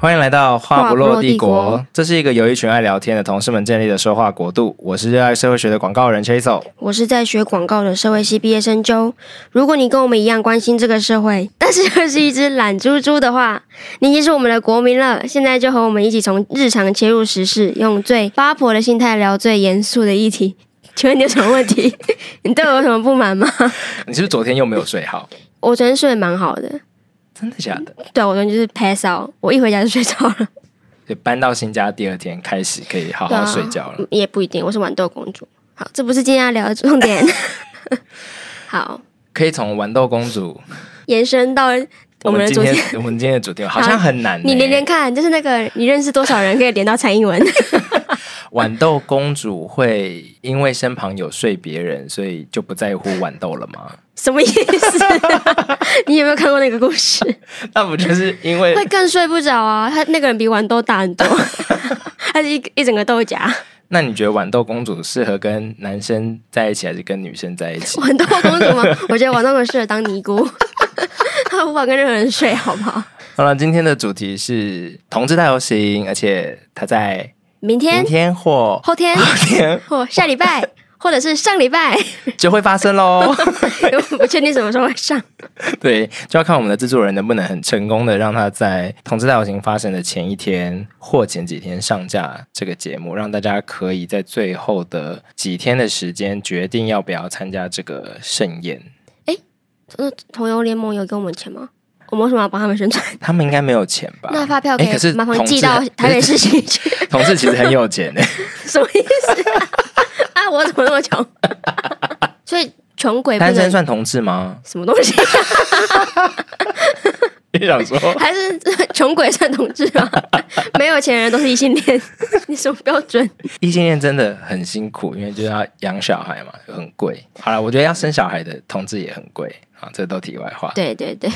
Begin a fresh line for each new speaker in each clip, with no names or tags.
欢迎来到话
话
不
不
落
落
帝
帝
国，
国
这是一个由一群爱聊天的同事们建立的说话国度。我是热爱社会学的广告人 Chaseo。
我是在学广告的社会系毕业生周。如果你跟我们一样关心这个社会， 但是又是一只懒猪猪的话，你已经是我们的国民了。现在就和我们一起从日常切入时事，用最八婆的心态聊最严肃的议题。请问你有什么问 题？你对我有什么不满吗？
你是不是昨天又没有睡好？
我昨天睡得蛮好的，
真的假的？
对啊我昨天就是 pass out，我一回家就睡着了。
就搬到新家第二天开始可以好
对
好
啊
睡觉了。
也不一定，我是豌豆公主。好，这不是今天要聊的重 点。好，
可以从豌豆公主，
延伸到我们的
今
主题
天。 我们今天的主题好像很难、欸。
你连连看，就是那个你认识多少人可以连到蔡英文？
豌豆公主会因为身旁有睡别人，所以就不在乎豌豆了 吗？
什么意 思、你有没有看过那个故事？
那不就是因为
会更睡不着啊！他那个人比豌豆大很 多，他是一一整个豆荚。
那你觉得豌豆公主适合跟男生在一起，还是跟女生在一起？
豌豆公 主吗？我觉得豌豆公主适合当尼 姑，她无法跟任何人睡，好不好？
好了，今天的主题是同志大游行，而且它在明
明天、
天或
后 天
后天
或下礼拜，或者是上礼 拜，
就会发生喽。
我不确定什么时候会上。
对，就要看我们的制作人能不能很成功的让他在同志大游行发生的前一天或前几天上架这个节目，让大家可以在最后的几天的时间决定要不要参加这个盛宴。
呃，同游联盟有给我们钱吗？我们为什么要帮他们宣传？
他们应该没有钱吧？
那发票
哎
以
可是
麻烦
同
寄
志
到
还
台北
可是
市区去。
同事其实很有钱欸 的，
什么意思 啊？啊，我怎么那么穷？所以穷鬼不
单身
能
算同志吗？
什么东西？ 啊
你想说
还是穷鬼算同志吗？没有钱的人都是异性恋，你什么标准？
异性恋真的很辛苦，因为就是要养小孩嘛，很贵。好了，我觉得要生小孩的同志也很贵啊，这都题外话。
对对对，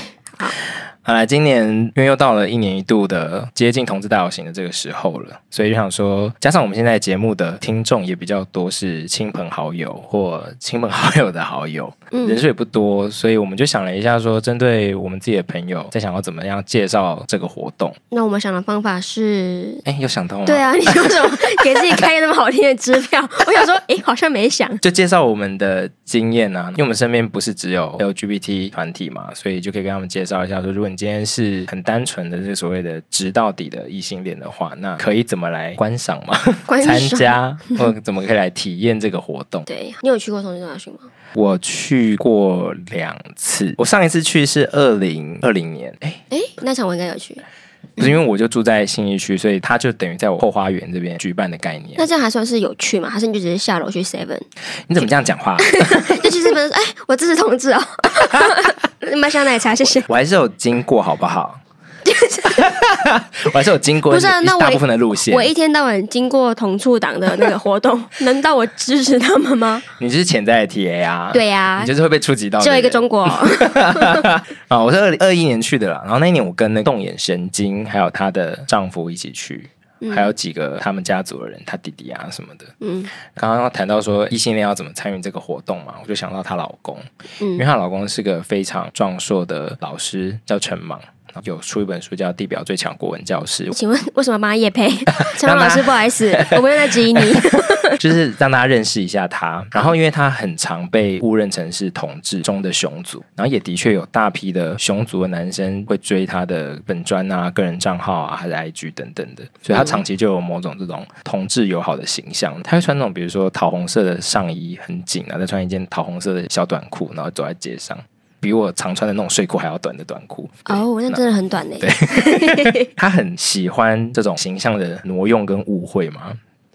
好了，今年因为又到了一年一度的接近同志大游行的这个时候了，所以就想说，加上我们现在节目的听众也比较多是亲朋好友或亲朋好友的好友，人
嗯，
数也不多，所以我们就想了一下说针对我们自己的朋友，在想要怎么样介绍这个活动。
那我们想的方法是。
哎，有想到吗？
对，啊，你为什么给自己开那么好听的支票？我想说，诶，好像没想。
就介绍我们的经验啊，因为我们身边不是只有 LGBT 团体嘛，所以就可以跟他们介绍一下说，如果你今天是很单纯的这所谓的直到底的异性恋的话，那可以怎么来观赏嘛？
观
参
赏
加或怎么可以来体验这个活动？
对你有去过同志大学吗？
我去过两次，我上一次去是二零二零年，哎、
诶，那场我应该有去。
不是因为我就住在信义区，所以它就等于在我后花园这边举办的概念
那。这样还算是有趣吗？还是你就只是下楼去 Seven？
你怎么这样讲话？啊
就去 Seven，哎，我支持同志哦。 麦香奶茶，谢谢。
我还是有经过，好不 好？我还是有经过一
不是啊那我
大部分的路线
我。一天到晚经过同处党的那个活 动，难道我支持他们吗？
你是潜在的 TA 啊？
对呀
你就是会被触及到的
只
人。
有一个中国，
啊！我是二二一年去的啦，然后那一年我跟那个动眼神经还有她的丈夫一起去，还有几个他们家族的人，她弟弟啊什么的。
嗯，
刚刚谈到说异性恋要怎么参与这个活动嘛，我就想到她老公，
嗯
因为她老公是个非常壮硕的老师，叫陈芒，然后有出一本书叫《地表最强国文教师》，
请问为什么帮他 夜配？陈
让
老
他
师，不好意思，我没有在质疑你。
就是让大家认识一下他。然后，因为他很常被误认成是同志中的熊族，然后也的确有大批的熊族的男生会追他的本专啊、个人账号啊，还是 IG 等等的，所以他长期就有某种这种同志友好的形象。他会穿那种比如说桃红色的上衣很紧，啊然后再穿一件桃红色的小短裤，然后走在街上。比我常穿的那种睡裤还要短的短裤对
哦，那真的很短呢。
他很喜欢这种形象的挪用跟误会嘛。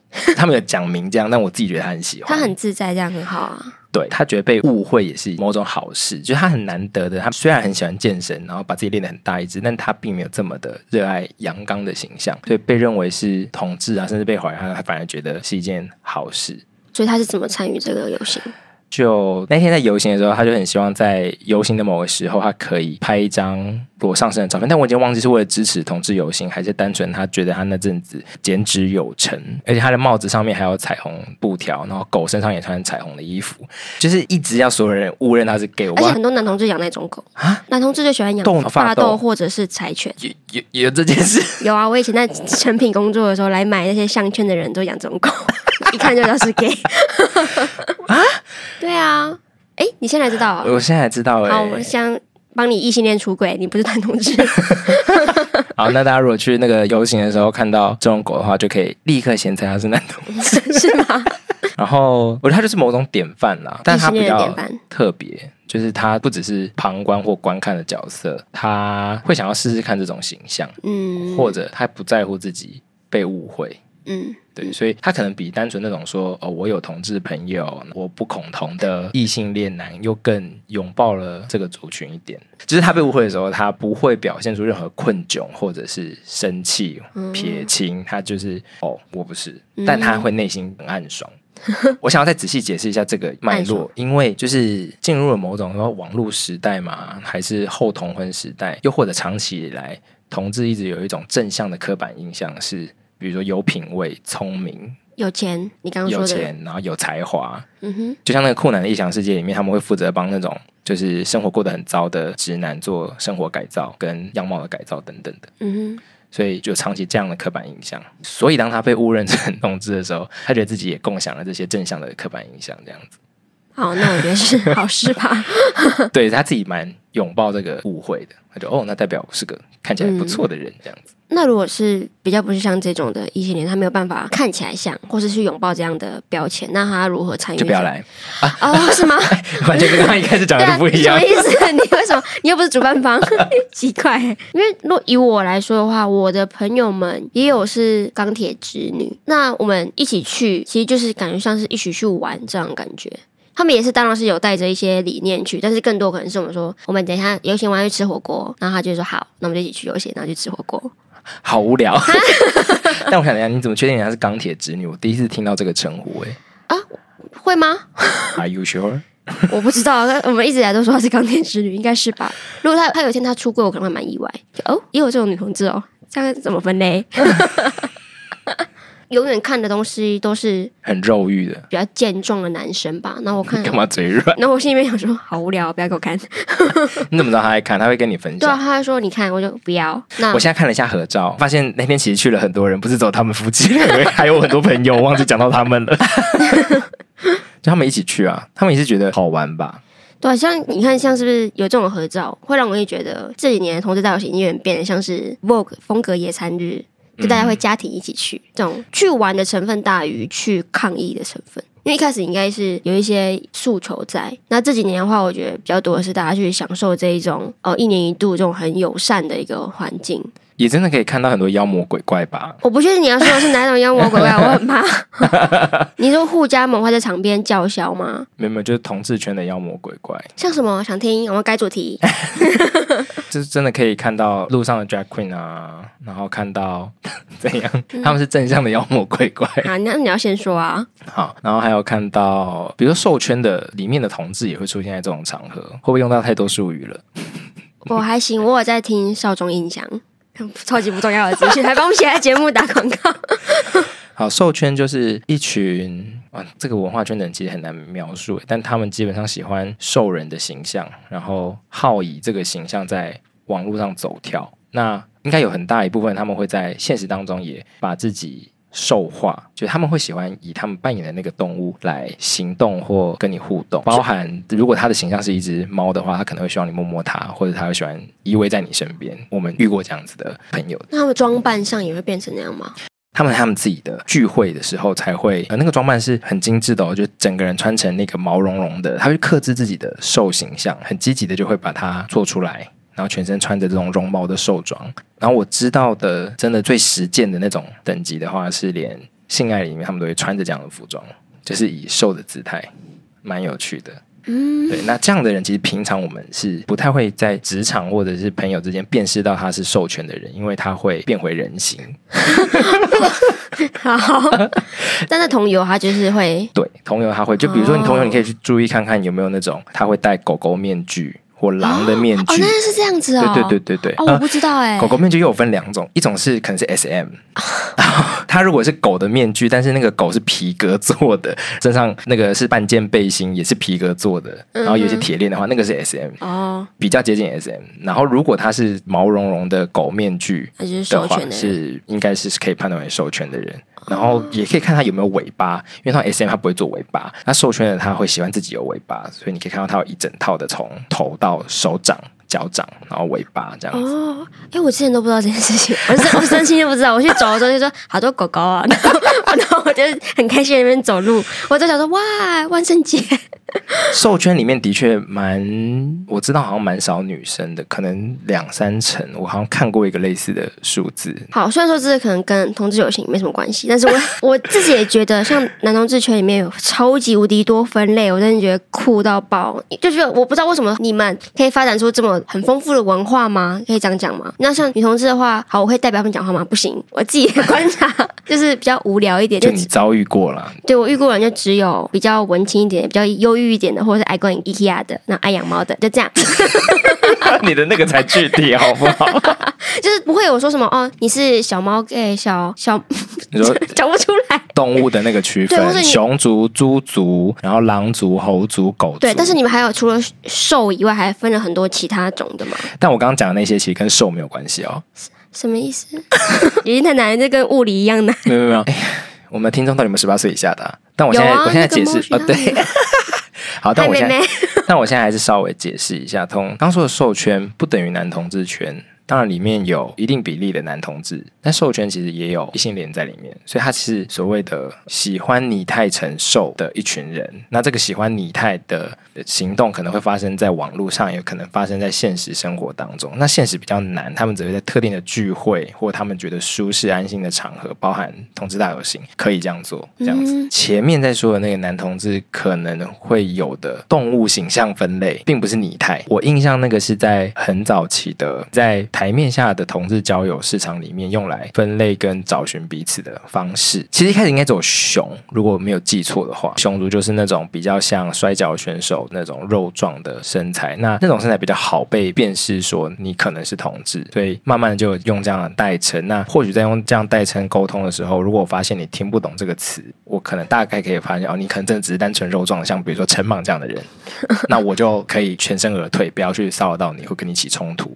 他们有讲明这样，但我自己觉得他很喜欢。
他很自在，这样很好啊。
对他觉得被误会也是某种好事，就是他很难得的。他虽然很喜欢健身，然后把自己练得很大一只，但他并没有这么的热爱阳刚的形象，所以被认为是同志啊，甚至被怀疑，他他反而觉得是一件好事。
所以他是怎么参与这个游行？
就那天在游行的时候，他就很希望在游行的某个时候，他可以拍一张裸上身的照片。但我已经忘记是为了支持同志游行，还是单纯他觉得他那阵子减脂有成，而且他的帽子上面还有彩虹布条，然后狗身上也穿彩虹的衣服，就是一直要所有人误认他是 gay。我
而
不知
且
道
很多男同志养那种狗，男同志就喜欢
斗
养
法
发
斗
豆或者是柴犬。
有有有这件事，
有啊，我以前在成品工作的时候，来买那些项圈的人都养这 种狗，一看就知道是 gay。对 啊，哎、你现在知道啊？
我现在才知道哎、
好，我想帮你异性恋出轨，你不是男同志。
好，那大家如果去那个游行的时候看到这种狗的话，就可以立刻嫌猜它是男同志，是吗？然后我觉得它就是某种典范啦， 但它比
异性恋的
较
典范
特别，就是它不只是旁观或观看的角色，它会想要试试看这种形象，
嗯
或者它不在乎自己被误会。
嗯，
对，所以他可能比单纯那种说哦，我有同志朋友，我不恐同的异性恋男，又更拥抱了这个族群一点。就是他被误会的时候，他不会表现出任何困窘或者是生气、
嗯
撇清，他就是哦，我不是，但他会内心很暗爽。我想要再仔细解释一下这个脉
暗爽
络，因为就是进入了某种说网络时代嘛，还是后同婚时代，又或者长期以来，同志一直有一种正向的刻板印象是，比如说有品味、聪明、
有钱，你刚刚
有
说的，
钱，然后有才华。
嗯哼，
就像那个酷男的异想世界里面，他们会负责帮那种就是生活过得很糟的直男做生活改造、跟样貌的改造等等的。
嗯哼，
所以就长期这样的刻板印象。所以当他被误认成同志的时候，他觉得自己也共享了这些正向的刻板印象，这样 子。
好，那我觉得是好事吧。
对他自己蛮拥抱这个误会的，他就哦，那代表我是个看起来不错的人，这样子。
那如果是比较不是像这种的异性恋，他没有办法看起来像，或是去拥抱这样的标签，那他如何参与？
就不要来，
哦，是吗？
完全跟刚刚一开始讲的
对啊
就不一样
什么。意思？ 你为什么？你又不是主办方，奇怪、因为若以我来说的话，我的朋友们也有是钢铁直女，那我们一起去，其实就是感觉像是一起去玩这样的感觉。他们也是，当然是有带着一些理念去，但是更多可能是我们说，我们等一下游行完要去吃火锅，然后他就说好，那我们就一起去游行，然后去吃火锅。
好无聊。 但我想一下，你怎么确定人家是钢铁直女？我第一次听到这个称呼、欸，
会吗？
Are you sure？
我不知道，但我们一直以来都说她是钢铁直女，应该是吧？如果她她有一天她出柜，我可能会蛮意外。就哦，也有这种女同志哦，这样怎么分嘞？ 永远看的东西都是
很肉欲的，
比较健壮的男生吧。那我 看，
干嘛嘴软？
然后我心里面想说，好无聊，不要给我看。
你怎么知道他在看？他会跟你分
对啊，
享。
他说你看，我就不要。那
我现在看了一下合照，发现那天其实去了很多人，不是走他们夫妻两个人，还有很多朋友，忘记讲到他们了。就他们一起去啊，他们也是觉得好玩吧？
对啊，像你看，像是不是有这种合照，会让我也觉得这几年的同志大游行有点变得像是 Vogue 风格野餐日，就大家会家庭一起去，这种去玩的成分大于去抗议的成分。因为一开始应该是有一些诉求在，那这几年的话，我觉得比较多的是大家去享受这一种哦一年一度这种很友善的一个环境。
也真的可以看到很多妖魔鬼怪吧？
我不确定你要说的是哪种妖魔鬼怪，我很怕。你说互加盟会在场边叫嚣吗？
没有，没有，就是同志圈的妖魔鬼怪，
像什么想听？我们改主题。
就是真的可以看到路上的 drag queen 啊，然后看到 怎样，他们是正向的妖魔鬼怪。
好，那你要先说啊。
好，然后还有看到，比如说兽圈的里面的同志也会出现在这种场合，会不会用到太多术语了？
我还行，我有在听少中印 象，嗯超级不重要的资讯，还帮我们写在节目打广告。
好，兽圈就是一群啊，这个文化圈的人其实很难描述，欸但他们基本上喜欢兽人的形象，然后好以这个形象在网络上走跳。那应该有很大一部分他们会在现实当中也把自己兽化，就是他们会喜欢以他们扮演的那个动物来行动或跟你互动，包含如果他的形象是一只猫的话，他可能会希望你摸摸它，或者他会喜欢依偎在你身边。我们遇过这样子的朋友，
那他们装扮上也会变成那样吗？
他们他们自己的聚会的时候才会，呃，那个装扮是很精致的、哦，就整个人穿成那个毛茸茸的，他会克制自己的兽形象，很积极的就会把它做出来，然后全身穿着这种绒毛的兽装。然后我知道的，真的最实践的那种等级的话，是连性爱里面他们都会穿着这样的服装，就是以兽的姿态，蛮有趣的。
嗯，
对，那这样的人其实平常我们是不太会在职场或者是朋友之间辨识到他是授权的人，因为他会变回人形。
好。但是同游他就是会
对，同游他会，就比如
哦
说你同游，你可以去注意看看有没有那种他会戴狗狗面具或狼的面
哦，
具。
那是这样子哦。
对对对对对，
哦，
呃
我不知道哎、
狗狗面具又有分两种，一种是可能是 S M，它如果是狗的面具，但是那个狗是皮革做的，身上那个是半件背心，也是皮革做的，
嗯
然后有一些铁链的话，那个是 S M，
哦，
比较接近 S M。然后如果它是毛茸茸的狗面具
那就是授
的话
权，的人
是应该是可以判断为授权的人。然后也可以看它有没有尾巴，因为它 S M 它不会做尾巴，那授权的它会喜欢自己有尾巴，所以你可以看到它有一整套的从头到手掌、脚掌，然后尾巴这样子。
哦，哎、我之前都不知道这件事情，我是我真心就不知道。我去走的时候就说好多狗狗啊，然后然后我就很开心在那边走路，我就想说哇，万圣节
兽圈里面的确蛮，我知道好像蛮少女生的，可能两三成。我好像看过一个类似的数 字，
好。虽然说这可能跟同志友情没什么关 系，但是我我自己也觉得，像男同志圈里面有超级无敌多分类，我真的觉得酷到爆。就是我不知道为什么你们可以发展出这么很丰富的文化吗？可以这样讲吗？那像女同志的话，好，我会代表他们讲话吗？不行，我自己的 观察就是比较无聊一点，
就你遭遇过了，
对我遇过的人就只有比较文青一点、比较忧郁一点的，或者是爱逛 IKEA 的，那爱养猫的，就这样，
你的那个才具体好不好？
就是不会有说什么哦，你是小猫 gay，小小
你说
讲不出来。
动物的那个区
对或者
分，
你
熊族、猪族，然后狼族、猴族、狗族。
对，但是你们还有除了兽以外，还分了很多其他种的嘛？
但我刚刚讲的那些其实跟兽没有关系哦。
什么 意思？已经太难了，这跟物理一样难。
没有没有没 有，哎我们的听众到底有没有十八岁以下的啊、但我
有
现在、
啊，
我现在解释
啊
哦，，对， 好，但
嗨
我
妹
现在
妹，
但我现在还是稍微解释一下，同刚说的授权不等于男同志圈，当然里面有一定比例的男同志，但授权其实也有异性恋在里面，所以他是所谓的喜欢拟态成受的一群人。那这个喜欢拟态的行动可能会发生在网络上，也可能发生在现实生活当中。那现实比较难，他们只会在特定的聚会或他们觉得舒适安心的场合，包含同志大游行，可以这样做，这样子。
嗯
前面在说的那个男同志可能会有的动物形象分类，并不是拟态。我印象那个是在很早期的，在台面下的同志交友市场里面用来分类跟找寻彼此的方式。其实一开始应该走熊，如果我没有记错的话，熊族就是那种比较像摔跤选手那种肉壮的身材，那那种身材比较好被辨识，说你可能是同志，所以慢慢的就用这样的代称。那或许在用这样代称沟通的时候，如果我发现你听不懂这个词，我可能大概可以发现哦，你可能真的只是单纯肉壮，像比如说陈莽这样的人， 那我就可以全身而退，不要去骚扰到你，会跟你起冲突。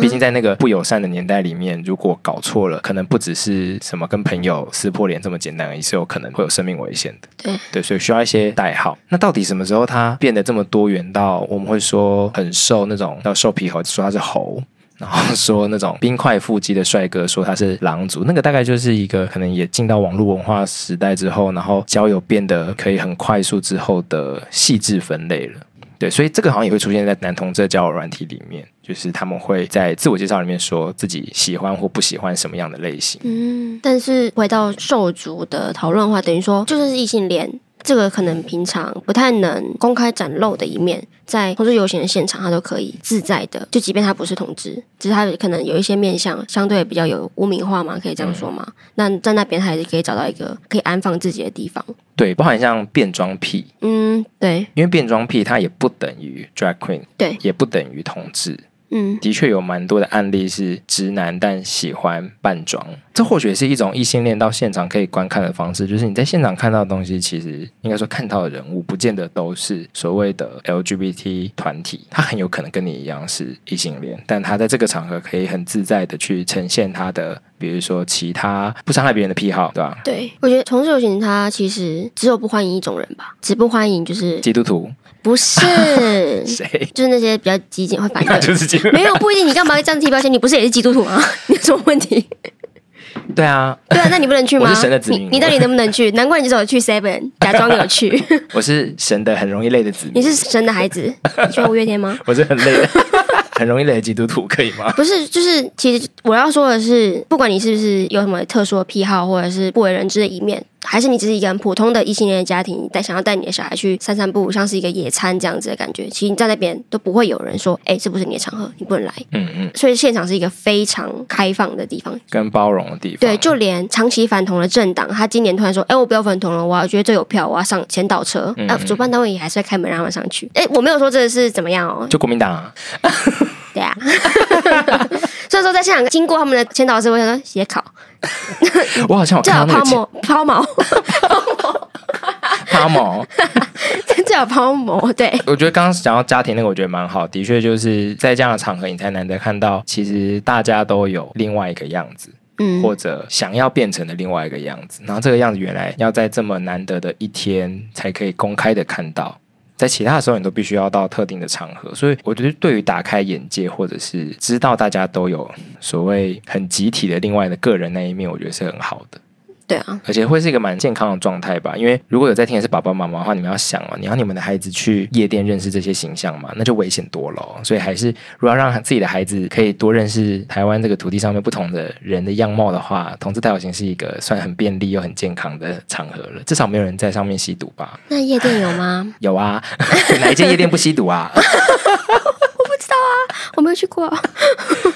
毕竟在那个不友善的年代里面，如果搞错了，可能不只是什么跟朋友撕破脸这么简单而已，是有可能会有生命危险的。
对
对，所以需要一些代号。那到底什么时候它变得这么多元到我们会说很瘦那种叫瘦皮猴，说它是猴？ 然后说那种冰块腹肌的帅哥，说他是狼族，那个大概就是一个可能也进到网络文化时代之后，然后交友变得可以很快速之后的细致分类了。对，所以这个好像也会出现在男同志的交友软体里面，就是他们会在自我介绍里面说自己喜欢或不喜欢什么样的类型。
嗯，但是回到兽族的讨论的话，等于说就算是异性恋，这个可能平常不太能公开展露的一面，在同志游行的现场，他都可以自在的，就即便他不是同志，只是他可能有一些面相相对比较有污名化嘛，可以这样说
嗯
嘛？那在那边他还是可以找到一个可以安放自己的地方。
对，包含像变装癖，
嗯，对
因为变装癖它也不等于 drag queen，
对，
也不等于同志。
嗯，
的确有蛮多的案例是直男但喜欢扮装，这或许也是一种异性恋到现场可以观看的方式，就是你在现场看到的东西，其实应该说看到的人物，不见得都是所谓的 LGBT 团体，他很有可能跟你一样是异性恋，但他在这个场合可以很自在的去呈现他的，比如说其他不伤害别人的癖好，对吧？
对，我觉得同志游行它其实只有不欢迎一种人吧，只不欢迎就是
基督徒。
不是
谁？
就是那些比较激进会 反
那
对，
就是基督徒。
没有不一定，你干嘛这样贴标签？你不是也是基督徒吗？你 有什么问题？
对啊，
对啊，那你不能去吗？
我是神的子民
你你到底能不能去？难怪你只有去 Seven，假装有去。
我是神的很容易累的子民
你，是神的孩子，你喜欢五月天吗？
我是很累的， 很容易累的基督徒，可以吗？
不是，就是其实我要说的是，不管你是不是有什么特殊的癖好，或者是不为人知的一面，还是你只是一个很普通的异性恋的家庭，你带想要带你的小孩去散散步，像是一个野餐这样子的感觉，其实你站在那边都不会有人说，哎、这不是你的场合，你不能来。
嗯嗯，
所以现场是一个非常开放的地方。
跟包容的地方，
对，就连长期反同的政党，他今年突然说：“哎、我不要反同了，我要觉得这有票，我要上前导车。
嗯
啊，主办单位也还是会开门让他们上去。哎、我没有说这是怎么样哦，
就国民党啊，
对啊。 所以说，在现场经过他们的前导车，我想说写考，
我好像有
最好
看到那
抛
个
锚，抛锚，
抛锚，
最好抛锚。对，啊
我觉得刚刚讲到家庭那个，我觉得蛮好，的确就是在这样的场合，你才难得看到，其实大家都有另外一个样子，
嗯，
或者想要变成的另外一个样子。然后这个样子原来要在这么难得的一天才可以公开的看到，在其他的时候你都必须要到特定的场合。所以我觉得对于打开眼界，或者是知道大家都有所谓很集体的另外的个人那一面，我觉得是很好的。
对啊，
而且会是一个蛮健康的状态吧。因为如果有在听的是爸爸妈妈的话，你们要想哦，你要你们的孩子去夜店认识这些形象嘛，那就危险多了哦、所以还是如果要让自己的孩子可以多认识台湾这个土地上面不同的人的样貌的话，同志大游行是一个算很便利又很健康的场合了，至少没有人在上面吸毒吧？
那夜店有吗？
有啊， 哪一间夜店不吸毒啊？
我没有去过。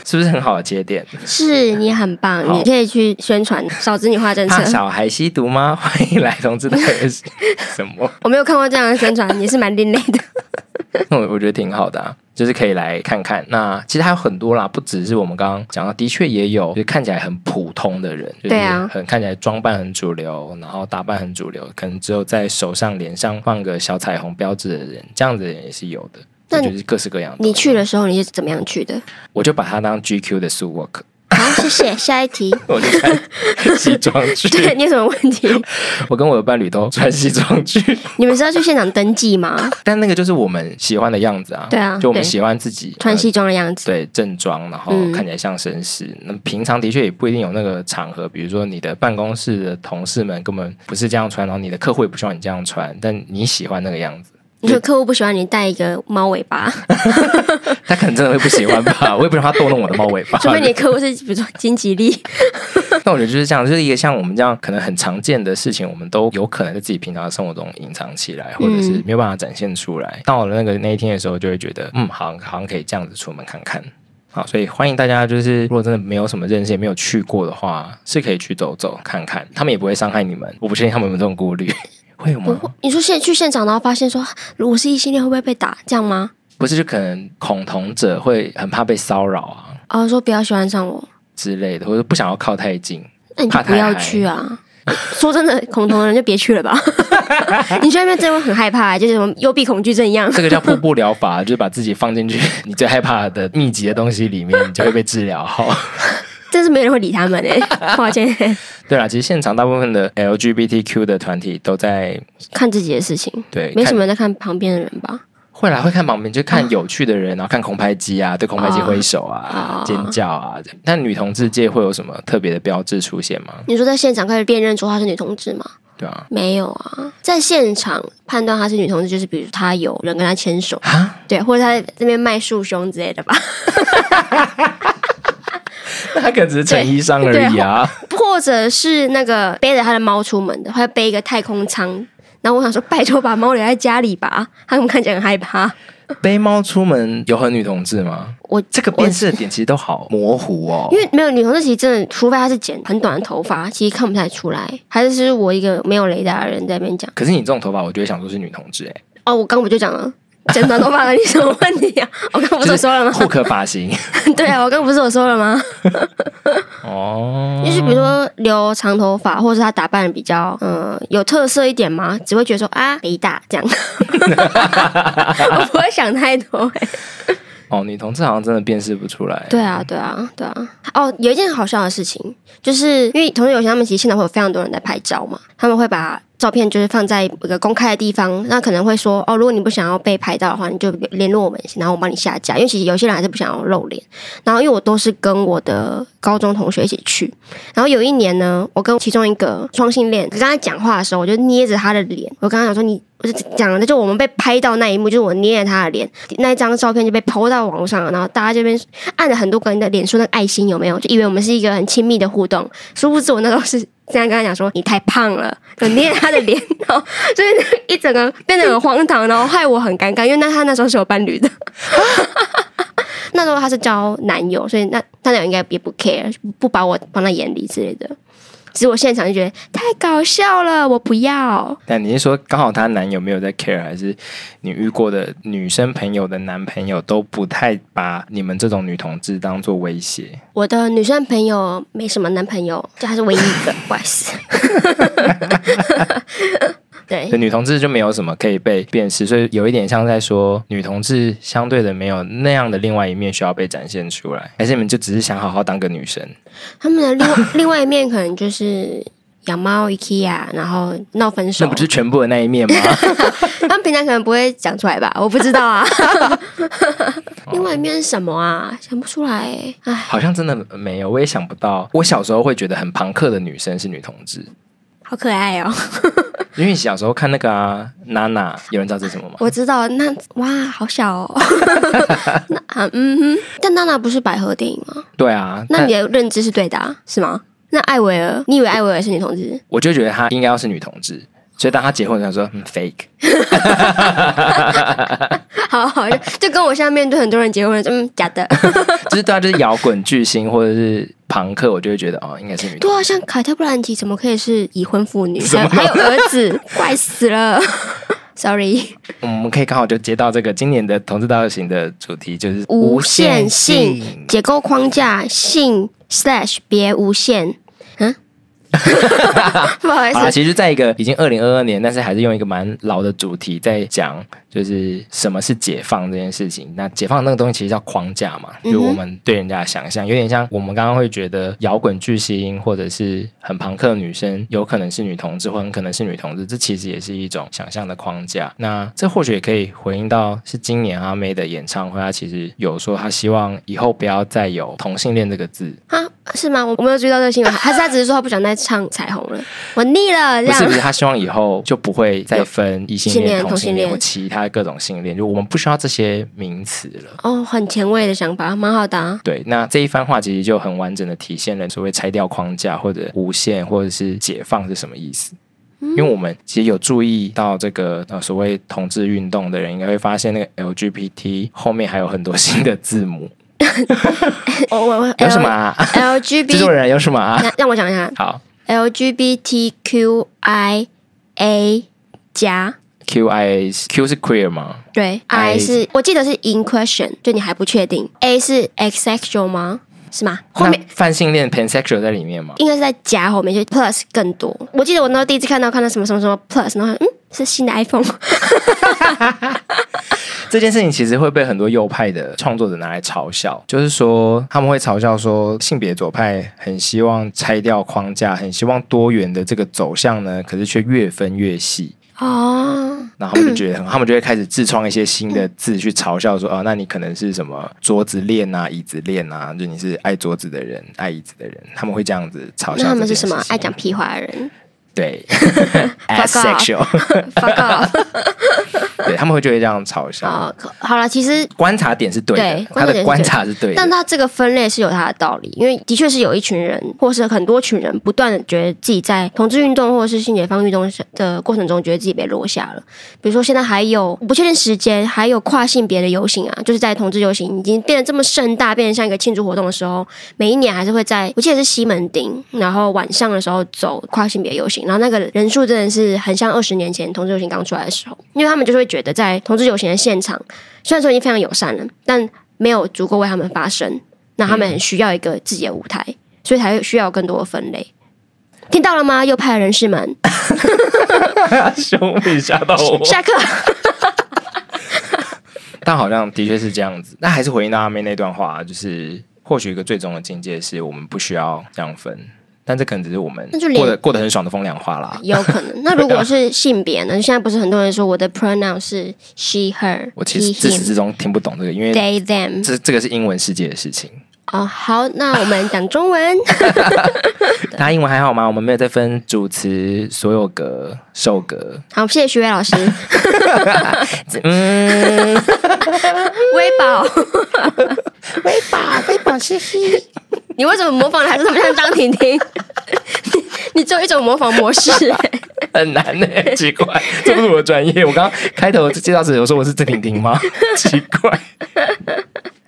是不是很好的节点？
是你很棒，你
好
可以去宣传少子女 化政
怕
策。
小孩吸毒吗？ 欢迎来同志大游行。什么？
我没有看过这样的宣传，也是蛮另类的。
那我我觉得挺好的、啊，就是可以来看看。那其实还有很多啦，不只是我们刚刚讲到，的确也有就是看起来很普通的人，就是
对啊
很看起来装扮很主流，然后打扮很主流，可能只有在手上、脸上放个小彩虹标志的人，这样子的人也是有的。
那
那
你
就是各式各样的。
你去的时候你是怎么样去的？
我就把它当 GQ 的 s u work，
好，谢谢。下一题，
我就穿西装
对
去。
你有什么问题？
我跟我的伴侣都穿西装去，
你们是要去现场登记吗？
但那个就是我们喜欢的样子啊。
对啊
就我们
对
喜欢自己
穿
呃
西装的样子。
对正装，然后
嗯
看起来像绅士。那平常的确也不一定有那个场合，比如说你的办公室的同事们根本不是这样穿，然后你的客户也不希望你这样穿，但你喜欢那个样子，
你说客户不喜欢你带一个猫尾巴，
他可能真的会不喜欢吧？我也不知道他逗弄我的猫尾巴。
除非你的客户是比如说金吉利，
那我觉得就是这样，就是一个像我们这样可能很常见的事情，我们都有可能在自己平常的生活中隐藏起来，或者是没有办法展现出来。到了那个那一天的时候，就会觉得，嗯，好像好像可以这样子出门看看。好，所以欢迎大家，就是如果真的没有什么认识，也没有去过的话，是可以去走走看看，他们也不会伤害你们。我不确定他们有没有这种顾虑， 会吗？
你说现去现场，然后发现说如果是异性恋会不会被打，这样吗？
不是，就可能恐同者会很怕被骚扰啊
哦，说不要喜欢上我，
之类的，或者不想要靠太近。
那你就
怕太
不要去啊。说真的，恐同的人就别去了吧。 你去那边真的会很害怕，欸就是什么幽闭恐惧症一样。
这个叫瀑布疗法，就是把自己放进去 你最害怕的密集的东西里面，你就会被治疗好。
真是没人会理他们哎、抱歉，
对啊啦，其实现场大部分的 LGBTQ 的团体都在
看自己的事情，
对，
没什
看
么在啊看旁边的人吧。
会来会看旁边，就看有趣的人，然后看空拍机啊，对空拍机挥手啊
哦、
尖叫啊。那女同志界会有什么特别的标志出现吗？
你说在现场可以辨认出她是女同志吗？
对 啊，
没有啊，在现场判断她是女同志，就是比如她有人跟她牵手，
啊
对，或者她在这边卖束胸之类的吧，
那他可能只是成衣商而已啊。
或者是那个背着她的猫出门的，或者背一个太空舱。然后我想说，拜托把猫留在家里吧，他们看起来很害怕。
背猫出门有很女同志吗？
啊我
这个辨识的点其实都好模糊哦
因。为没有女同志，其实真的，除非她是剪很短的头发，其实看不太出来。还是是我一个没有雷达的人在那边讲。
可是你这种头发，我就会想说是女同志哎、
哦，我刚不就讲了，剪短头发了，你什么问题啊？我刚不是
就
有说了
是
吗？
户科发型
对啊，我刚不是有说了吗？
哦。
就是比如说留长头发，或者是他打扮得比较嗯、呃有特色一点嘛，只会觉得说啊北大这样，我不会想太多、欸。
哦，女同志好像真的辨识不出来。
对啊，对啊，对啊。哦，有一件好笑的事情，就是因为同志游行，他们其实现场会有非常多人在拍照嘛，他们会把。照片就是放在一个公开的地方，那可能会说哦，如果你不想要被拍到的话，你就联络我们，然后我帮你下架。因为其实有些人还是不想要露脸。然后因为我都是跟我的高中同学一起去，然后有一年呢，我跟其中一个双性恋跟他讲话的时候，我就捏着他的脸，我跟他讲说你。我就讲的就我们被拍到那一幕，就是我捏着他的脸，那一张照片就被抛到网络上了，然后大家这边按了很多个人的脸说那个爱心有没有，就以为我们是一个很亲密的互动，殊不知我那时候是。这样跟他讲说你太胖了，就捏他的脸，然后 所以那一整个变得很荒唐，然后 害我很尴尬，因为那他那时候是有伴侣的， 那时候他是交男友，所以那他男友应该也不 care，不把我放在眼里之类的。只是我现场就觉得太搞笑了，我不要。
但你是说刚好她男友没有在 care，还是你遇过的女生朋友的男朋友都不太把你们这种女同志当做威胁？
我的女生朋友没什么男朋友，就她是唯一一个，不好意思。 对
所以女同志就没有什么可以被辨识，所以有一点像在说女同志相对的没有那样的另外一面需要被展现出来，还是你们就只是想好好当个女生？
他们的另外 另外一面可能就是养猫 IKEA，然后闹分手。
那不就是全部的那一面吗？
他们平常可能不会讲出来吧？我不知 道啊。另外一面是什么啊？想不出来、欸。唉，
好像真的没有，我也想不到。我小时候会觉得很朋克的女生是女同志，
好可爱哦、
因为小时候看那个啊娜娜，有人知道这是什么吗？
我知道，那哇，好小 哦。那啊嗯哼，但娜娜不是百合电影吗？
对啊，
那
但
你的认知是对的、啊，是吗？那艾薇儿，你以为艾薇儿是女同志？
我就觉得她应该要是女同志，所以当她结婚的时候说、嗯、fake，
好好，就就跟我现在面对很多人结婚，嗯，假的。
就是对她就是摇滚巨星或者是朋克，我就会觉得哦应该是女同
对啊，像凯特·布兰奇怎么可以是已婚妇女？
怎
还
么
有还有儿子，怪死了。Sorry，
我们可以刚好就接到这个今年的同志大游行的主题就是
无限性解构框架性 slash 别无限，嗯， 不好意
好啦
思，
其实在一个已经二零二二年，但是还是用一个蛮老的主题在讲，就是什么是解放这件事情。那解放那个东西其实叫框架嘛，就是我们对人家的想象，有点像我们刚刚会觉得摇滚巨星或者是很朋克的女生，有可能是女同志，或很可能是女同志，这其实也是一种想象的框架。那这或许也可以回应到是今年阿妹的演唱会，她其实有说她希望以后不要再有同性恋这个字，
啊，是吗？我我没有注意到这个新闻，还是他只是说他不想再唱彩虹了，我腻了，这
不是
样
不是，他希望以后就不会再分异性
性
恋、
恋
同性
同性
恋
恋
或其他各种性恋，就我们不需要这些名词了。
哦，很前卫的想法，蛮好 的、啊。
对，那这一番话其实就很完整的体现了所谓拆掉框架或者无限或者是解放是什么意思。
嗯
因为我们其实有注意到这个呃所谓同志运动的人，应该会发现那个 LGBT 后面还有很多新的字 母，
我我我
有什么、
呃
啊？制作
LGBT？
人有什么、啊？
让让我讲一下
好
，LGBTQIA 加。
，Q I Q 是 queer 吗？
对
I
，I 是我记得是 in question，就你还不确定。A 是 asexual 吗？是吗？后面
那泛性恋 pansexual 在里面吗？
应该是在加后面，就是 plus 更多。我记得我那时候第一次看到看到什么什么什么 plus，然后嗯，是新的 iPhone。
这件事情其实会被很多右派的创作者拿来嘲笑，就是说他们会嘲笑说性别左派很希望拆掉框架，很希望多元的这个走向
嗯
呢，可是却越分越细。
哦，
然后他们就觉得很，他们就会开始自创一些新的字去嘲笑说，哦，那你可能是什么桌子恋啊、椅子恋啊，就你是爱桌子的人、爱椅子的人，他们会这样子嘲笑。
那他们是什么？爱讲？屁话的人
对
Fuck off
，asexual，
，fuck off。
对他们会就会这样嘲笑。
好，可好了，其实
观察点是对的，
哦对
他的观
观
察是对的，
但他这个分类是有他的道理，因为的确是有一群人，或是很多群人，不断的觉得自己在同志运动或是性解放运动的过程中，觉得自己被落下了。比如说，现在还有我不确定时间，还有跨性别的游行啊，就是在同志游行已经变得这么盛大，变得像一个庆祝活动的时候，每一年还是会在，我记得是西门町，然后晚上的时候走跨性别游行，然后那个人数真的是很像二十年前同志游行刚出来的时候，因为他们就是会觉得在同志游行的现场，虽然说已经非常友善了，但没有足够为他们发声，那他们很需要一个自己的舞台，所以才会需要更多的分类。听到了吗？右派的人士们，
兄弟吓到 我
下课。
但好像的确是这样子。那还是回应到阿妹那段话，就是或许一个最终的境界是我们不需要这样分，但这可能只是我们
那就连
过得过得很爽的风凉话啦。
有可能。那如果是性别呢？现在不是很多人说我的 pronoun 是 she、her、
我其实
he、
自始
him、
至终听不懂这个，因为
they、them。
这这个是英文世界的事情。
哦，好，那我们讲中文。
大家英文还好吗？我们没有再分主词、所有格、受格。
好，谢谢徐伟老师，
嗯，
微 宝，
微宝，微宝是嘿。
你为什么模仿的还是那么像张婷 婷？你你只有一种模仿模式、
啊
欸，
很难呢、奇怪，这不是我的专业。我刚刚开头介绍时有说我是郑婷婷吗？奇怪。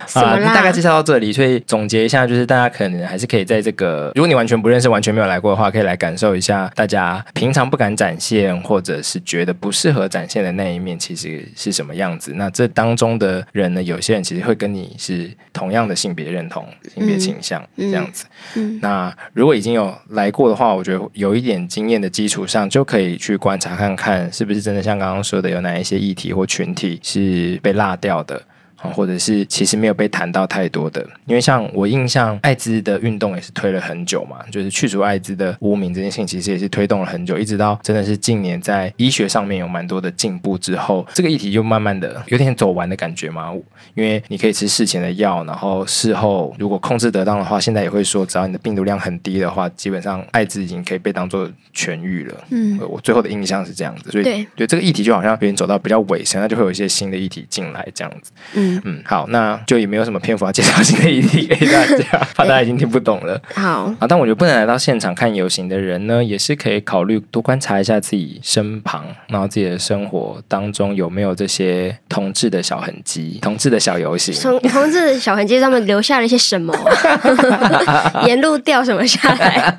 什么啦
啊大概介绍到这里，所以总结一下，就是大家可能还是可以在这个，如果你完全不认识、完全没有来过的话，可以来感受一下大家平常不敢展现，或者是觉得不适合展现的那一面，其实是什么样子。那这当中的人呢，有些人其实会跟你是同样的性别认同、性别倾向、
嗯
这样子。
嗯
那如果已经有来过的话，我觉得有一点经验的基础上，就可以去观察看看，是不是真的像刚刚说的，有哪一些议题或群体是被落掉的。哦或者是其实没有被谈到太多的，因为像我印象，艾滋的运动也是推了很久嘛，就是去除艾滋的污名这件事情，其实也是推动了很久，一直到真的是近年在医学上面有蛮多的进步之后，这个议题就慢慢的有点走完的感觉嘛，因为你可以吃事前的药，然后事后如果控制得当的话，现在也会说，只要你的病毒量很低的话，基本上艾滋已经可以被当做痊愈了。
嗯
我最后的印象是这样子，所以
对
这个议题就好像有点走到比较尾声，那就会有一些新的议题进来这样子。
嗯，
嗯，好，那就也没有什么篇幅要介绍新的议题 给大家，怕大家已经听不懂了。
好，
啊，但我觉得不能来到现场看游行的人呢，也是可以考虑多观察一下自己身旁，然后自己的生活当中有没有这些同志的小痕迹、同志的小游行。
从从这小痕迹上面留下了一些 什么啊，沿路掉什么下 来，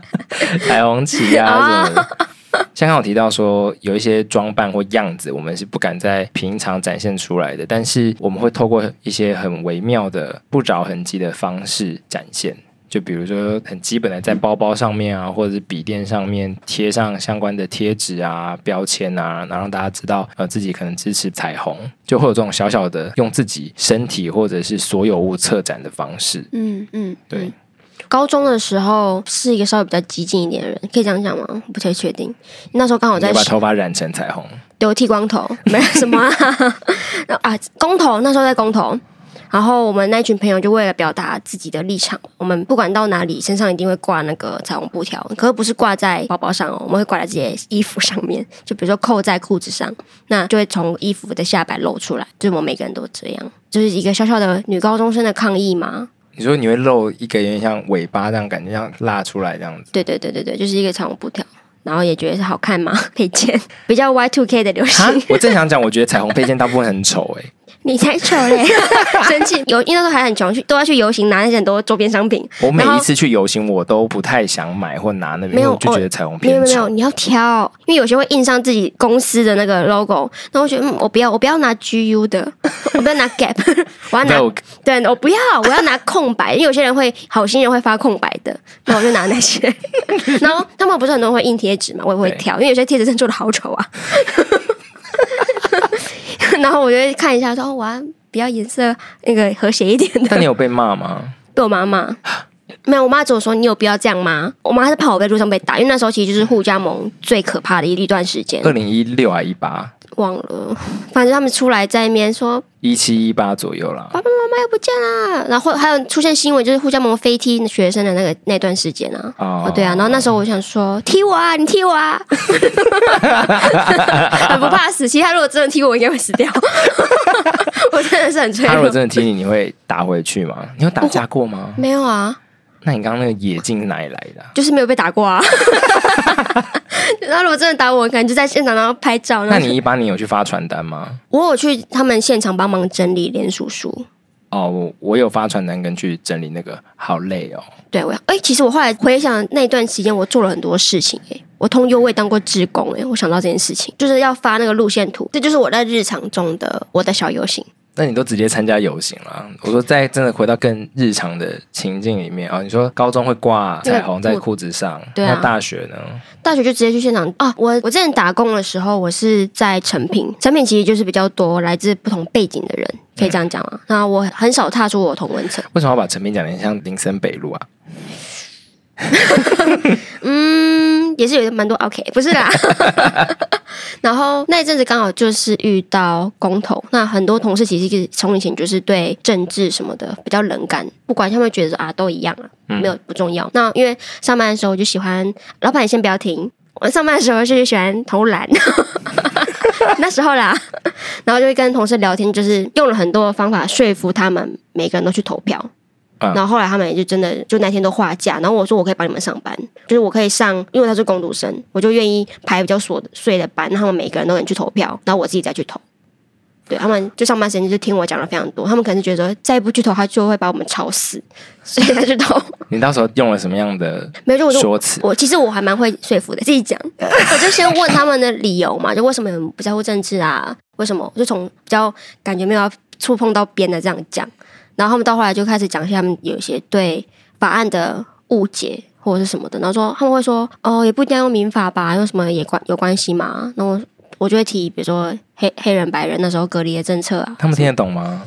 彩虹旗啊什么的。像刚刚我提到说，有一些装扮或样子，我们是不敢在平常展现出来的，但是我们会透过一些很微妙的、不着痕迹的方式展现。就比如说很基本的，在包包上面啊，或者是笔电上面贴上相关的贴纸啊、标签啊，然后让大家知道呃自己可能支持彩虹，就会有这种小小的用自己身体或者是所有物策展的方式。
嗯嗯，
对，
高中的时候是一个稍微比较激进一点的人，可以这样讲吗？我不太确定。那时候刚好
你
在
要把头发染成彩虹，
有剃光头，没有什么啊然后啊，公投那时候在公投，然后我们那群朋友就为了表达自己的立场，我们不管到哪里，身上一定会挂那个彩虹布条，可是不是挂在包包上哦，我们会挂在自己的衣服上面，就比如说扣在裤子上，那就会从衣服的下摆露出来，就是我们每个人都这样，就是一个小小的女高中生的抗议嘛。
你说你会露一个有点像尾巴这样，感觉像拉出来这样子，
对对对对对，就是一个彩虹布条。然后也觉得是好看嘛，配件比较 Y two K 的流行
啊。 我正想讲，我觉得彩虹配件大部分很丑哎、
你才丑 嘞！生气，有因为那时候还很穷，去都要去游行拿那些很多周边商品。
我每
然后
一次去游行，我都不太想买或拿那边，
没
因
有
为我就觉得彩虹
没
偏
有没有没有，
丑。
你要挑，嗯因为有些会印上自己公司的那个 logo。那我觉得，嗯，我不要，我不要拿 GU 的，我不要 拿 Gap，我要拿
但我
对，我不要，我要拿空白，因为有些人会好心人会发空白的，那我就拿那些。 然后他们不是很多人会印贴纸嘛，我也会
对
挑，因为有些贴纸真的做的好丑 啊。然后我就会看一下说，哦我要比较颜色那个和谐一点的
但。你有被骂 吗？
被我妈骂。没有，我妈只有说你有必要这样吗？我妈是怕我在路上被打，因为那时候其实就是互加盟最可怕的一一段时间
二，零一六还一八
忘了。反正他们出来在那边说
一七一八左右啦。
爸爸妈妈又不见啦，然后还有出现新闻就是互加盟飞踢学生的那个那段时间啊。
哦
哦，对啊，然后那时候我 想说踢我啊，你踢我啊， 很不怕死。其实他如果真的踢我，我应该会死掉。 我真的是很脆
他如果
弱。
真的踢你，你会打回去吗？你有打架过吗？
没有啊，
那你刚刚那个野劲是哪里来的啊、
就是没有被打 过啊。然后如果真的打我，可能就在现场然后拍照。
那
然后
你一八年有去发传单吗？
我有去他们现场帮忙整理连署书。
哦，我我有发传单跟去整理那个，好累哦。
对，我要哎、其实我后来回想那段时间，我做了很多事情、哎，我通优未当过职工、哎，我想到这件事情，就是要发那个路线图，这就是我在日常中的我的小游行。
那你都直接参加游行了？啊我说在真的回到更日常的情境里面啊、哦，你说高中会挂彩虹在裤子上，
对啊
那大学呢？
大学就直接去现场啊！我我之前打工的时候，我是在成品，成品其实就是比较多来自不同背景的人，可以这样讲啊。那我很少踏出我同文层。
为什么要把成品讲的像林森北路啊？
嗯，也是有蛮多 OK，不是啦。然后那一阵子刚好就是遇到公投，那很多同事其实从以前就是对政治什么的比较冷感，不管他们觉得说啊都一样啊，没有不重要。那因为上班的时候我就喜欢，老板先不要停，我上班的时候就喜欢偷懒， 那时候啦，然后就会跟同事聊天，就是用了很多的方法说服他们每个人都去投票。
嗯
然后后来他们也就真的就那天都画假，然后我说我可以帮你们上班，就是我可以上，因为他是工读生，我就愿意排比较琐碎的班，让他们每个人都能去投票，然后我自己再去投。对他们就上班时间就听我讲了非常多，他们可能是觉得说再不去投，他就会把我们吵死，所以他就投。
你到时候用了什么样的
没有，就我就
说辞？
我其实我还蛮会说服的，自己讲，我就先问他们的理由嘛，就为什么你们不在乎政治啊？为什么？我就从比较感觉没有要触碰到边的这样讲，然后他们到后来就开始讲一下他们有一些对法案的误解或者是什么的，然后说他们会说哦，也不一定要用民法吧，用什么也关有关系嘛？那我我就会提，比如说黑黑人、白人那时候隔离的政策啊，
他们听得懂吗？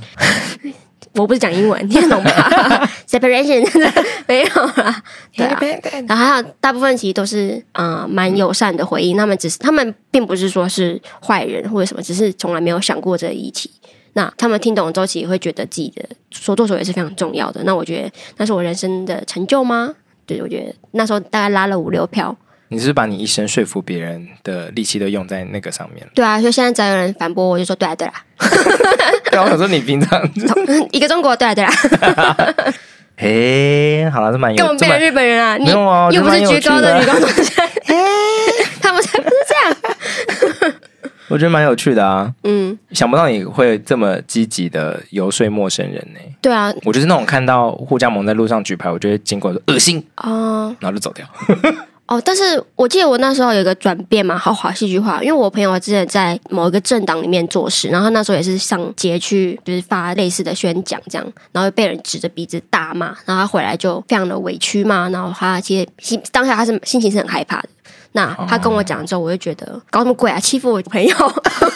我不是讲英文， 听得懂吧？Separation 真的没有啦，对啊。然后还有大部分其实都是呃蛮友善的回应，他们只是他们并不是说是坏人或者什么，只是从来没有想过这个议题。那他们听懂了之后，其实会觉得自己的所作所为是非常重要的。那我觉得那是我人生的成就吗？对，我觉得那时候大概拉了五六票。。
你是不是把你一生说服别人的力气都用在那个上面了
对啊，所以现在只要有人反驳我，我就说对啊对啊，
对啊，我想说你平常，
一个中国对啊对啊，
嘿，好了，这蛮
根本
有，这
变成
蛮
日本人啊！你
没有啊
又不是居高的女
我觉得蛮有趣的啊
高 中生， 他们才不是这样。
我觉得蛮有趣的啊。
嗯，
想不到你会这么积极的游说陌生人呢、
对啊，
我就是那种看到护家盟在路上举牌，我就会经过说恶心，
哦、
然后就走掉。
哦，但是我记得我那时候有一个转变嘛，豪华戏剧化，因为我朋友之前在某一个政党里面做事，然后他那时候也是上街去就是发类似的宣讲这样，然后被人指着鼻子大骂，然后他回来就非常的委屈嘛，然后他其实心当下他是心情是很害怕的。那他跟我讲之后，我就觉得搞什么鬼啊，欺负我朋友，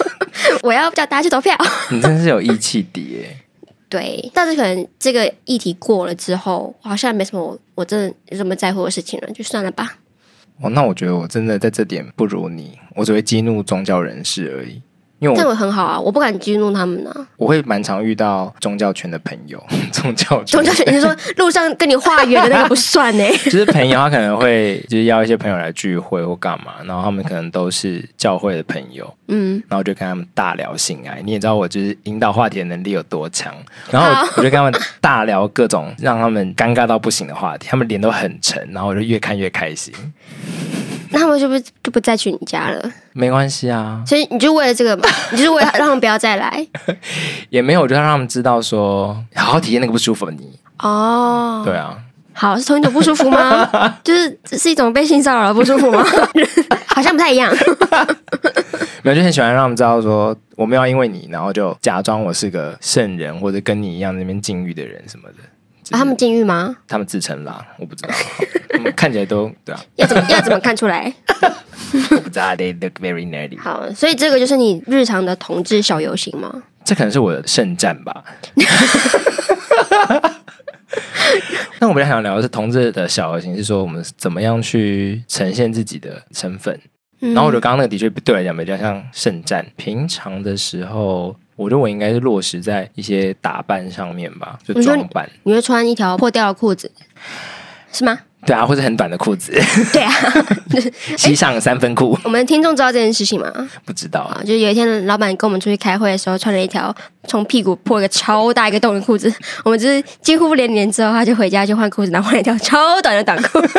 我要叫大家去投票。
你真是有义气底耶、
对，但是可能这个议题过了之后，好像没什么我我真的有什么在乎的事情了，就算了吧。
哦，那我觉得我真的在这点不如你，我只会激怒宗教人士而已。因为
但
我
我很好啊，我不敢激怒他们啊。
我会蛮常遇到宗教圈的朋友，宗教圈
宗教学，你是说路上跟你化缘的那个不算欸呢、
就是朋友，他可能会就是邀一些朋友来聚会或干嘛，然后他们可能都是教会的朋友，
嗯，
然后我就跟他们大聊性爱。你也知道我就是引导话题的能力有多强，然后我我就跟他们大聊各种让他们尴尬到不行的话题，他们脸都很沉，然后我就越看越开心。
那他们是不是就不再去你家了？
没关系啊，
所以你就为了这个嘛，你就是为了让他们不要再来
也没有，我就让他们知道说，好好体验那个不舒服的你。
哦。
对啊，
好，是同一种不舒服吗？ 就是这是一种被性骚扰的不舒服吗？ 好像不太一样。啊
没有就很喜欢让他们知道说，我没有因为你，然后就假装我是个圣人或者跟你一样那边禁欲的人什么的。
啊、他们禁欲吗？
他们自称啦，我不知道，他们看起来都对啊，
要怎么要怎么看出来？
我不知道，they look very nerdy。
好，所以这个就是你日常的同志小游行吗？
这可能是我的圣战吧。 那我们想聊的是同志的小游行，是说我们怎么样去呈现自己的身份。
嗯
然后我觉得刚刚那个的确对我来讲比较像圣战。平常的时候，我觉得我应该是落实在一些打扮上面吧，就
你说
装扮。
你会穿一条破掉的裤子，是吗？
对啊，或者很短的裤 子，
对啊，
膝上三分裤，
我们听众知道这件事情吗？
不知道
啊，就有一天老板跟我们出去开会的时候，穿了一条从屁股破一个超大一个洞的裤子， 我们就是几乎连连之后，他就回家去换裤子，然后换了一条超短的短裤。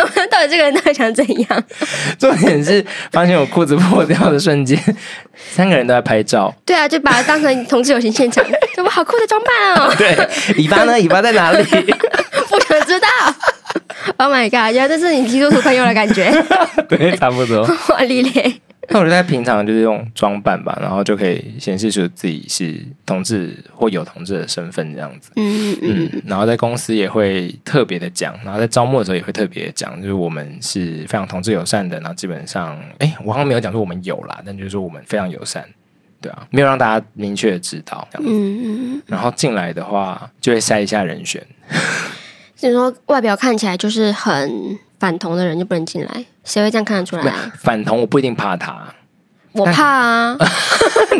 我们到底这个人到底想怎样？
重点是发现我裤子破掉的瞬间， 三个人都在拍照。
对啊，就把它当成同志游行现场，这不好酷的装扮 哦，
对，尾巴呢？尾巴在哪里？
不想知道。Oh my god！原来这是你基督徒朋友的感觉，
对，差不多。
哇，丽丽，
那我觉得在平常就是用装扮吧，然后就可以显示出自己是同志或有同志的身份这样子。
嗯嗯嗯，
嗯，然后在公司也会特别的讲，然后在招募的时候也会特别讲，就是我们是非常同志友善的，然后基本上，哎，我好像没有讲说我们有啦，但就是说我们非常友善，对啊，没有让大家明确的知道这样子。
嗯嗯，
然后进来的话，就会筛一下人选，
就是说外表看起来就是很反同的人就不能进来，谁会这样看得出来
不
啊？
反同我不一定怕他，
我怕啊，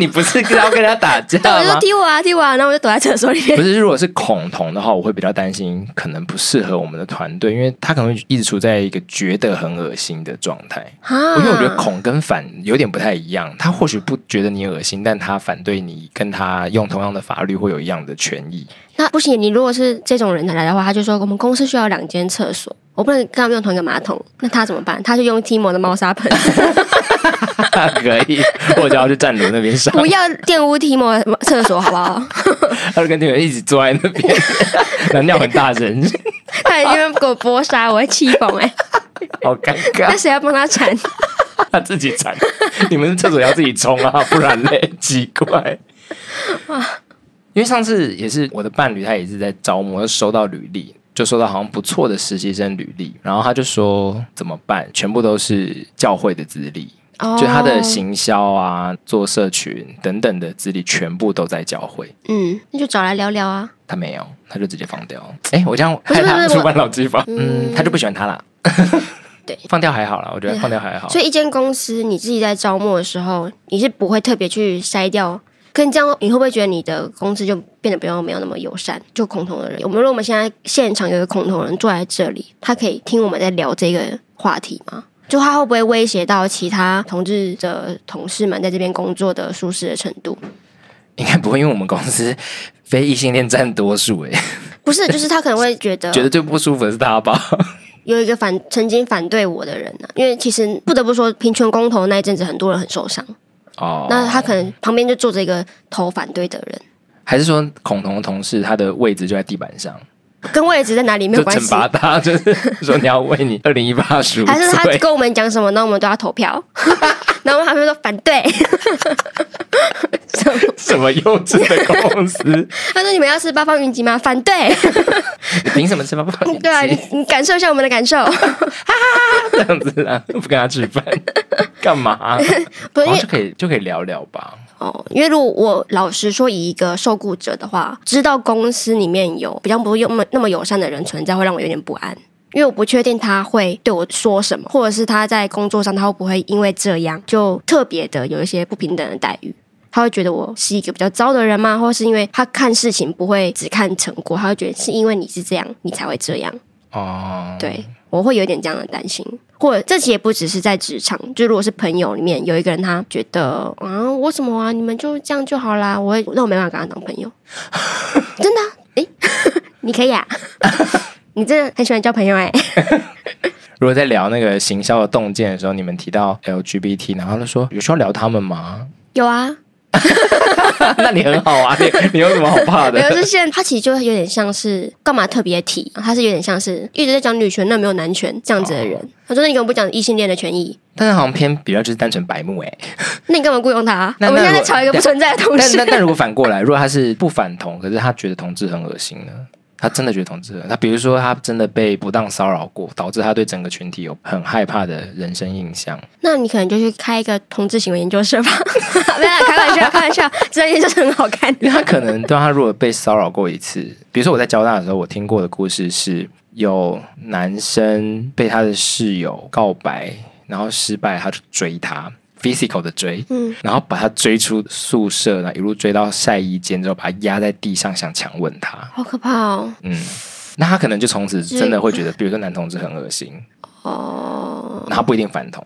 你不是要跟他打架
对，我就
吗
说？踢我啊，踢我啊，然后我就躲在厕所里面
不。是，如果是恐同的话，我会比较担心，可能不适合我们的团队，因为他可能会一直处在一个觉得很恶心的状态。
啊
因为我觉得恐跟反有点不太一样，他或许不觉得你恶心，但他反对你，跟他用同样的法律会有一样的权益。
那不行，你如果是这种人来的话，他就说我们公司需要两间厕所，我不能跟他们用同一个马桶，那他怎么办？他就用 Timo 的猫砂 盆，
可以，我就要去站奴那边 上，
不要玷污 Timo 的厕所，好 不好？
他就跟店员一起坐在那边， 然后尿很大声，
他一定会给我播杀，我会气疯哎、
好尴
那
尬，
谁要帮他铲？
他自己铲， 你们厕所要自己冲啊， 不然嘞，奇怪。因为上次也是我的伴侣，他也是在招募，收到履历，就收到好像不错的实习生履历，然后他就说怎么办，全部都是教会的资历。
哦
就他的，行销啊、做社群等等的资历，全部都在教会。
嗯，那就找来聊聊啊。
他没有，他就直接放掉。哎、我这样
不是
害他
不是
触犯老基法，
嗯
嗯，他就不喜欢他啦。
对，
放掉还好啦，我觉得放掉还好。
所以一间公司你自己在招募的时候，你是不会特别去筛掉。可你这样，你会不会觉得你的公司就变得比较没有那么友善？就恐同的人，我们如果我们现在现场有一个恐同人坐在这里，他可以听我们在聊这个话题吗？就他会不会威胁到其他同志的同事们在这边工作的舒适的程度？
应该不会，因为我们公司非异性恋占多数、 诶，
不是，就是他可能会觉得
觉得最不舒服的是 他吧？
有一个反曾经反对我的人呢、因为其实不得不说，平权公投那一阵子很多人很受伤，
哦，
那他可能旁边就坐着一个投反对的人，
还是说恐同的同事他的位置就在地板上，
跟位置在哪里没
就
有关
惩
系，
罚他， 就是说你要为你二零一八赎
还是他
罪。
跟我们讲什么，那我们都要投票，然后他们说反 对，什么
什么幼稚的公 司？
他说你们要吃八方云集吗？反 对，
你凭什么吃饭不好意思？
对啊，你你感受一下我们的感受，
这样子啊，不跟他吃 饭干嘛、
不是因
然后
为
就可以就可以聊聊吧。
哦，因为如果我老实说，以一个受雇者的话，知道公司里面有比较不用那么那么友善的人存在，会让我有点不安，因为我不确定他会对我说什么，或者是他在工作上他会不会因为这样就特别的有一些不平等的待遇。他会觉得我是一个比较糟的人吗？或是因为他看事情不会只看成果，他会觉得是因为你是这样，你才会这样。
哦，，
对我会有点这样的担心，或者这其实也不只是在职场，就如果是朋友里面有一个人他觉得啊，我什么啊，你们就这样就好啦，我会那我没办法跟他当 朋友，真的、啊，诶， 你可以啊，你真的很喜欢交朋友哎、
如果在聊那个行销的洞见的时候，你们提到 LGBT，然后他说有需要聊他们吗？
有啊，
那你很好啊， 你你有什么好怕
没有，就
的？
是现在他其实就有点像是干嘛特别提，他是有点像是一直在讲女权，那没有男权这样子的人，
哦
他说那你根本不讲异性恋的权益，
但是好像偏比较就是单纯白目哎、
那你干嘛雇佣他、
那
我们
那
现在在
我
吵一个不存在的东
但
西
但，但如果反过来，如果他是不反同，可是他觉得同志很恶心呢？他真的觉得同志很，他比如说他真的被不当骚扰过，导致他对整个群体有很害怕的人生印象。
那你可能就去开一个同志行为研究社吧， 没有啦，开玩笑，开 玩笑，这研究社很好看。
因为他可能对他如果被骚扰过一次，比如说我在交大的时候，我听过的故事是有男生被他的室友告白，然后失败，他就追他，physical 的追，
嗯
然后把他追出宿舍，然后一路追到晒衣间之后，把他压在地上，想强吻他，
好可怕哦！
嗯。那他可能就从此真的会觉得，比如说男同志很恶心，
哦，
然后他不一定反同，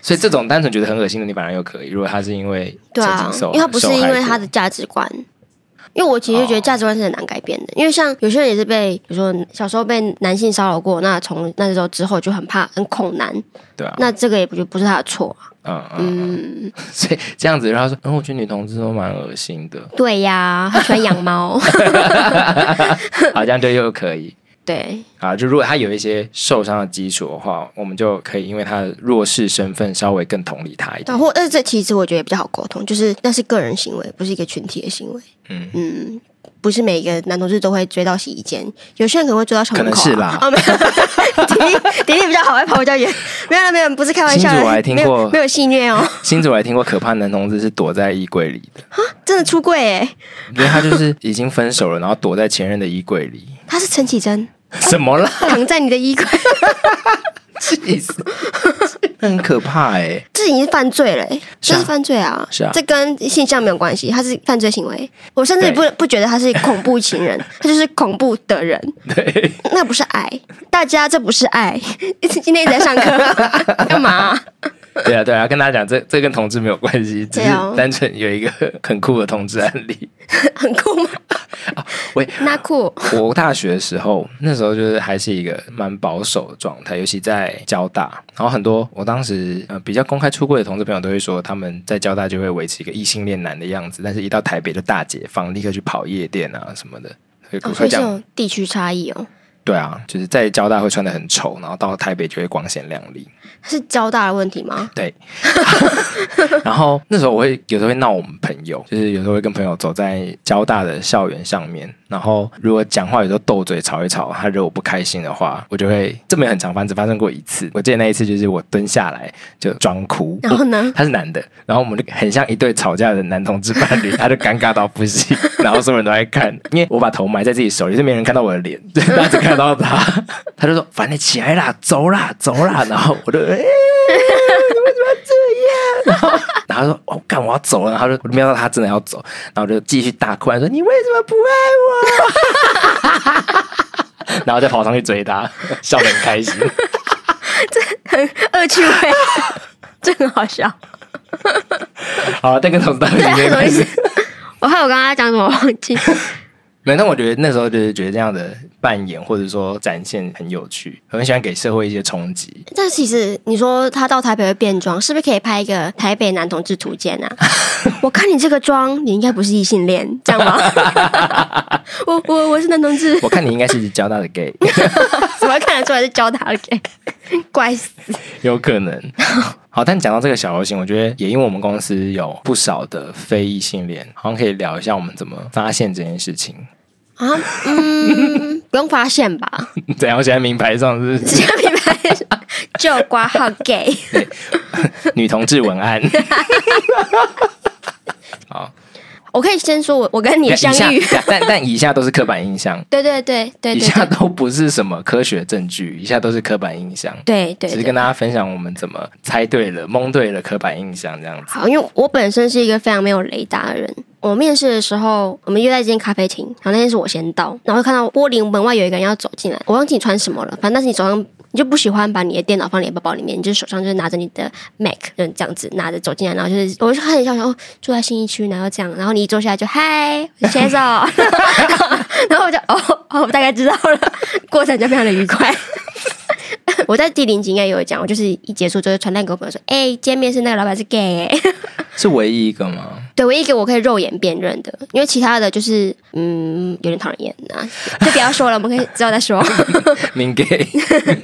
所以这种单纯觉得很恶心的，你反而又可以。如果他是因为
对
曾
啊
经，受
因为他不是
受害
因为
过
他的价值观，因为我其实觉得价值观是很难改变的。因为像有些人也是被，比如说小时候被男性骚扰过，那从那时候之后就很怕、很恐男，
对啊，
那这个也不就不是他的错啊。
嗯嗯，
嗯，
所以这样子，然后说，嗯，我觉得女同志都蛮恶心 的，
对呀，他喜欢养猫，
好，啊这样就又可以。
对，
啊，就如果他有一些受伤的基础的话，我们就可以因为他的弱势身份稍微更同理他一
但
点。
或但是这其实我觉得也比较好沟通，就是那是个人行为，不是一个群体的行为。
嗯
嗯，不是每个男同志都会追到洗衣间，有些人可能会追到小门口、啊。
可能是啦
哦，没有，迪丽迪丽比较好，会跑比较远。没有啦，没有，不是开玩笑
新
的。
竹我还听
没有
过
没有戏虐哦，
新主还听过可怕男同志是躲在衣柜里 的，
真的出柜哎、
因为他就是已经分手了，然后躲在前任的衣柜里，
他是陈绮贞，
什么啦？
躺在你的衣柜。
气死，那很可怕哎、
这已经是犯罪了、欸，
是啊
这是犯罪啊！
是啊
这跟性向没有关系，他是犯罪行为。我甚至
对
不不觉得他是恐怖情人，他就是恐怖的人，
对，
那不是爱。大家这不是爱， 一直今天一直在 上课，干嘛、
对啊，对啊，跟大家讲，这这跟同志没有关系，只
对
是
啊
单纯有一个很酷的同志案 例。
很酷吗？
啊喂，
那酷，
我大学的时候，那时候就是还是一个蛮保守的状态，尤其在交大。然后很多我当时呃比较公开出柜的同志朋友都会说，他们在交大就会维持一个异性恋男的样子，但是一到台北就大解放，立刻去跑夜店啊什么的。会
哦、所
会
以是
这样
有地区差异哦。
对啊，就是在交大会穿的很丑，然后到台北就会光鲜亮丽。
是交大的问题 吗？
对， 然后那时候我会有时候会闹我们朋友，就是有时候会跟朋友走在交大的校园上面，然后如果讲话有时候斗嘴吵一吵，他惹我不开心的话，我就会这么也很常发生，只发生过一次。我记得那一次就是我蹲下来就装哭，
然后呢？
他是男的，然后我们就很像一对吵架的男同志伴侣，他就尴尬到不行， 然后所有人都在看，因为我把头埋在自己手里，就没人看到我的脸， 对大家只看到他，他就说：“烦了，起来啦，走啦，走啦。”然后我就。 哎怎么怎么这样？然后然后他说：“哦，干，我要走了。”然后他就我就瞄到他真的要走，然后我就继续大哭，说：“你为什么不爱我？” 然后再跑上去追他，笑得很开心。
恶趣味， 这很好笑。
好，但跟同事大
对，
没
很容
关
易
系
是。我还有刚刚讲什么忘记？
没，但我觉得那时候就是觉得这样的扮演或者说展现很有趣，很喜欢给社会一些冲击。
但其实你说他到台北会变装，是不是可以拍一个台北男同志图鉴 啊？我看你这个妆，你应该不是异性恋，这样吗？ 我我我是男同志，
我看你应该是交大的 gay，
怎么看得出来是教他的？ 怪死！
有可能。好，但讲到这个小游行，我觉得也因为我们公司有不少的非异性恋，好像可以聊一下我们怎么发现这件事情。
啊，嗯，不用发现 吧？
怎样？我写在名牌上是不是
只要品牌就挂号 gay，
女同志文案。好，
我可以先说我我跟你
哎以下
相遇，
但但以下都是刻板印象，
对对对对对
以
对
下都不是什么科学证据，以下都是刻板印象。
对对
只是
对，
跟大家分享我们怎么猜对了、蒙对了刻板印象这样子。
好，因为我本身是一个非常没有雷达的人。我面试的时候，我们约在一间咖啡厅，然后那天是我先到，然后就看到玻璃门外有一个人要走进来，我忘记你穿什么了，反正但是你手上你就不喜欢把你的电脑放你的包包里面，你就手上就是拿着你的 Mac，就这样子拿着走进来，然后就是我就看一下，然后、哦、住在新一区，然后这样，然后你一坐下来就嗨，先生， 然后我就哦哦，我大概知道了，过程就非常的愉快。 我在第零集应该有讲，我就是一结束就会传单给我朋友说，哎、见面是那个老板是 gay，、欸、
是唯一一个 吗？
对，唯一一个我可以肉眼辨认的，因为其他的就是嗯有点讨人厌啊，就不要说了，我们可以之后再说。
明 gay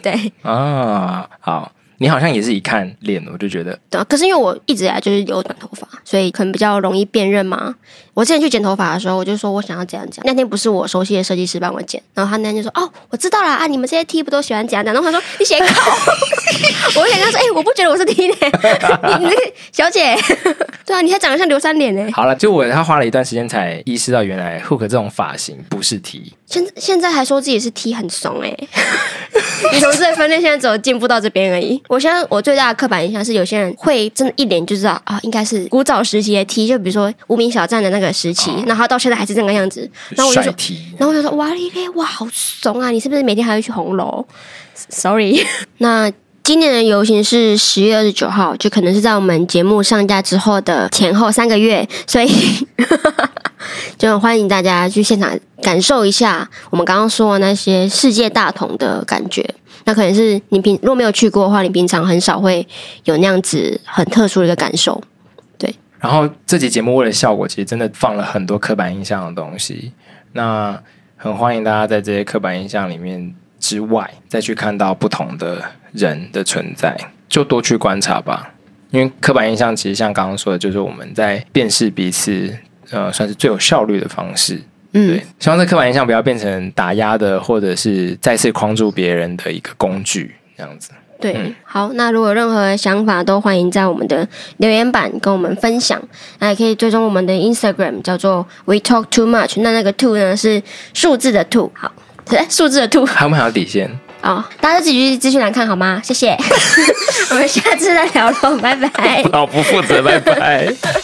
对，
啊，好，你好像也是一看脸，我就觉得
对啊、可是因为我一直以来就是留短头发，所以可能比较容易辨认嘛。我之前去剪头发的时候，我就说我想要怎样怎样。那天不是我熟悉的设计师帮我剪，然后他那天就说：“哦，我知道啦，啊，你们这些 T 不都喜欢怎样怎样？”然后他说：“你写稿。” 我想跟他说：“哎、我不觉得我是 T 呢、 你你这个小姐， 对啊，你还长得像刘三连呢、
好了。就我他花了一段时间才意识到，原来 Hook 这种发型不是 T。
现现在还说自己是 T 很怂哎、 女同志的分类现在只有进步到这边而已。我现在我最大的刻板印象是，有些人会真的一脸就知道啊，应该是古早时期的 T，就比如说无名小站的那个时期，然后到现在还是这个样子。然后我就
帅
说，
T，
然后我就说哇你嘞，哇好怂啊！你是不是每天还会去红楼？Sorry，那。 今年的游行是十月二十九号，就可能是在我们节目上架之后的前后三个月，所以 就很欢迎大家去现场感受一下我们刚刚说的那些世界大同的感觉。那可能是你平如果没有去过的话，你平常很少会有那样子很特殊的一个感受。
然后这集节目为了效果，其实真的放了很多刻板印象的东西。那很欢迎大家在这些刻板印象里面之外，再去看到不同的人的存在，就多去观察吧。因为刻板印象其实像刚刚说的，就是我们在辨识彼此，呃，算是最有效率的方式。
嗯
对，，希望这刻板印象不要变成打压的，或者是再次框住别人的一个工具，这样子。
对，
嗯
好，那如果有任何想法都欢迎在我们的留言板跟我们分享，那也可以追踪我们的 Instagram 叫做 We Talk Too Much，那那个 Too 呢是数字的 Too，好，哎数字的 Too
还有没有底线？
啊、哦，大家自己去资讯栏看好吗？谢谢，我们下次再聊喽，拜拜。
哦 好不负责，拜拜。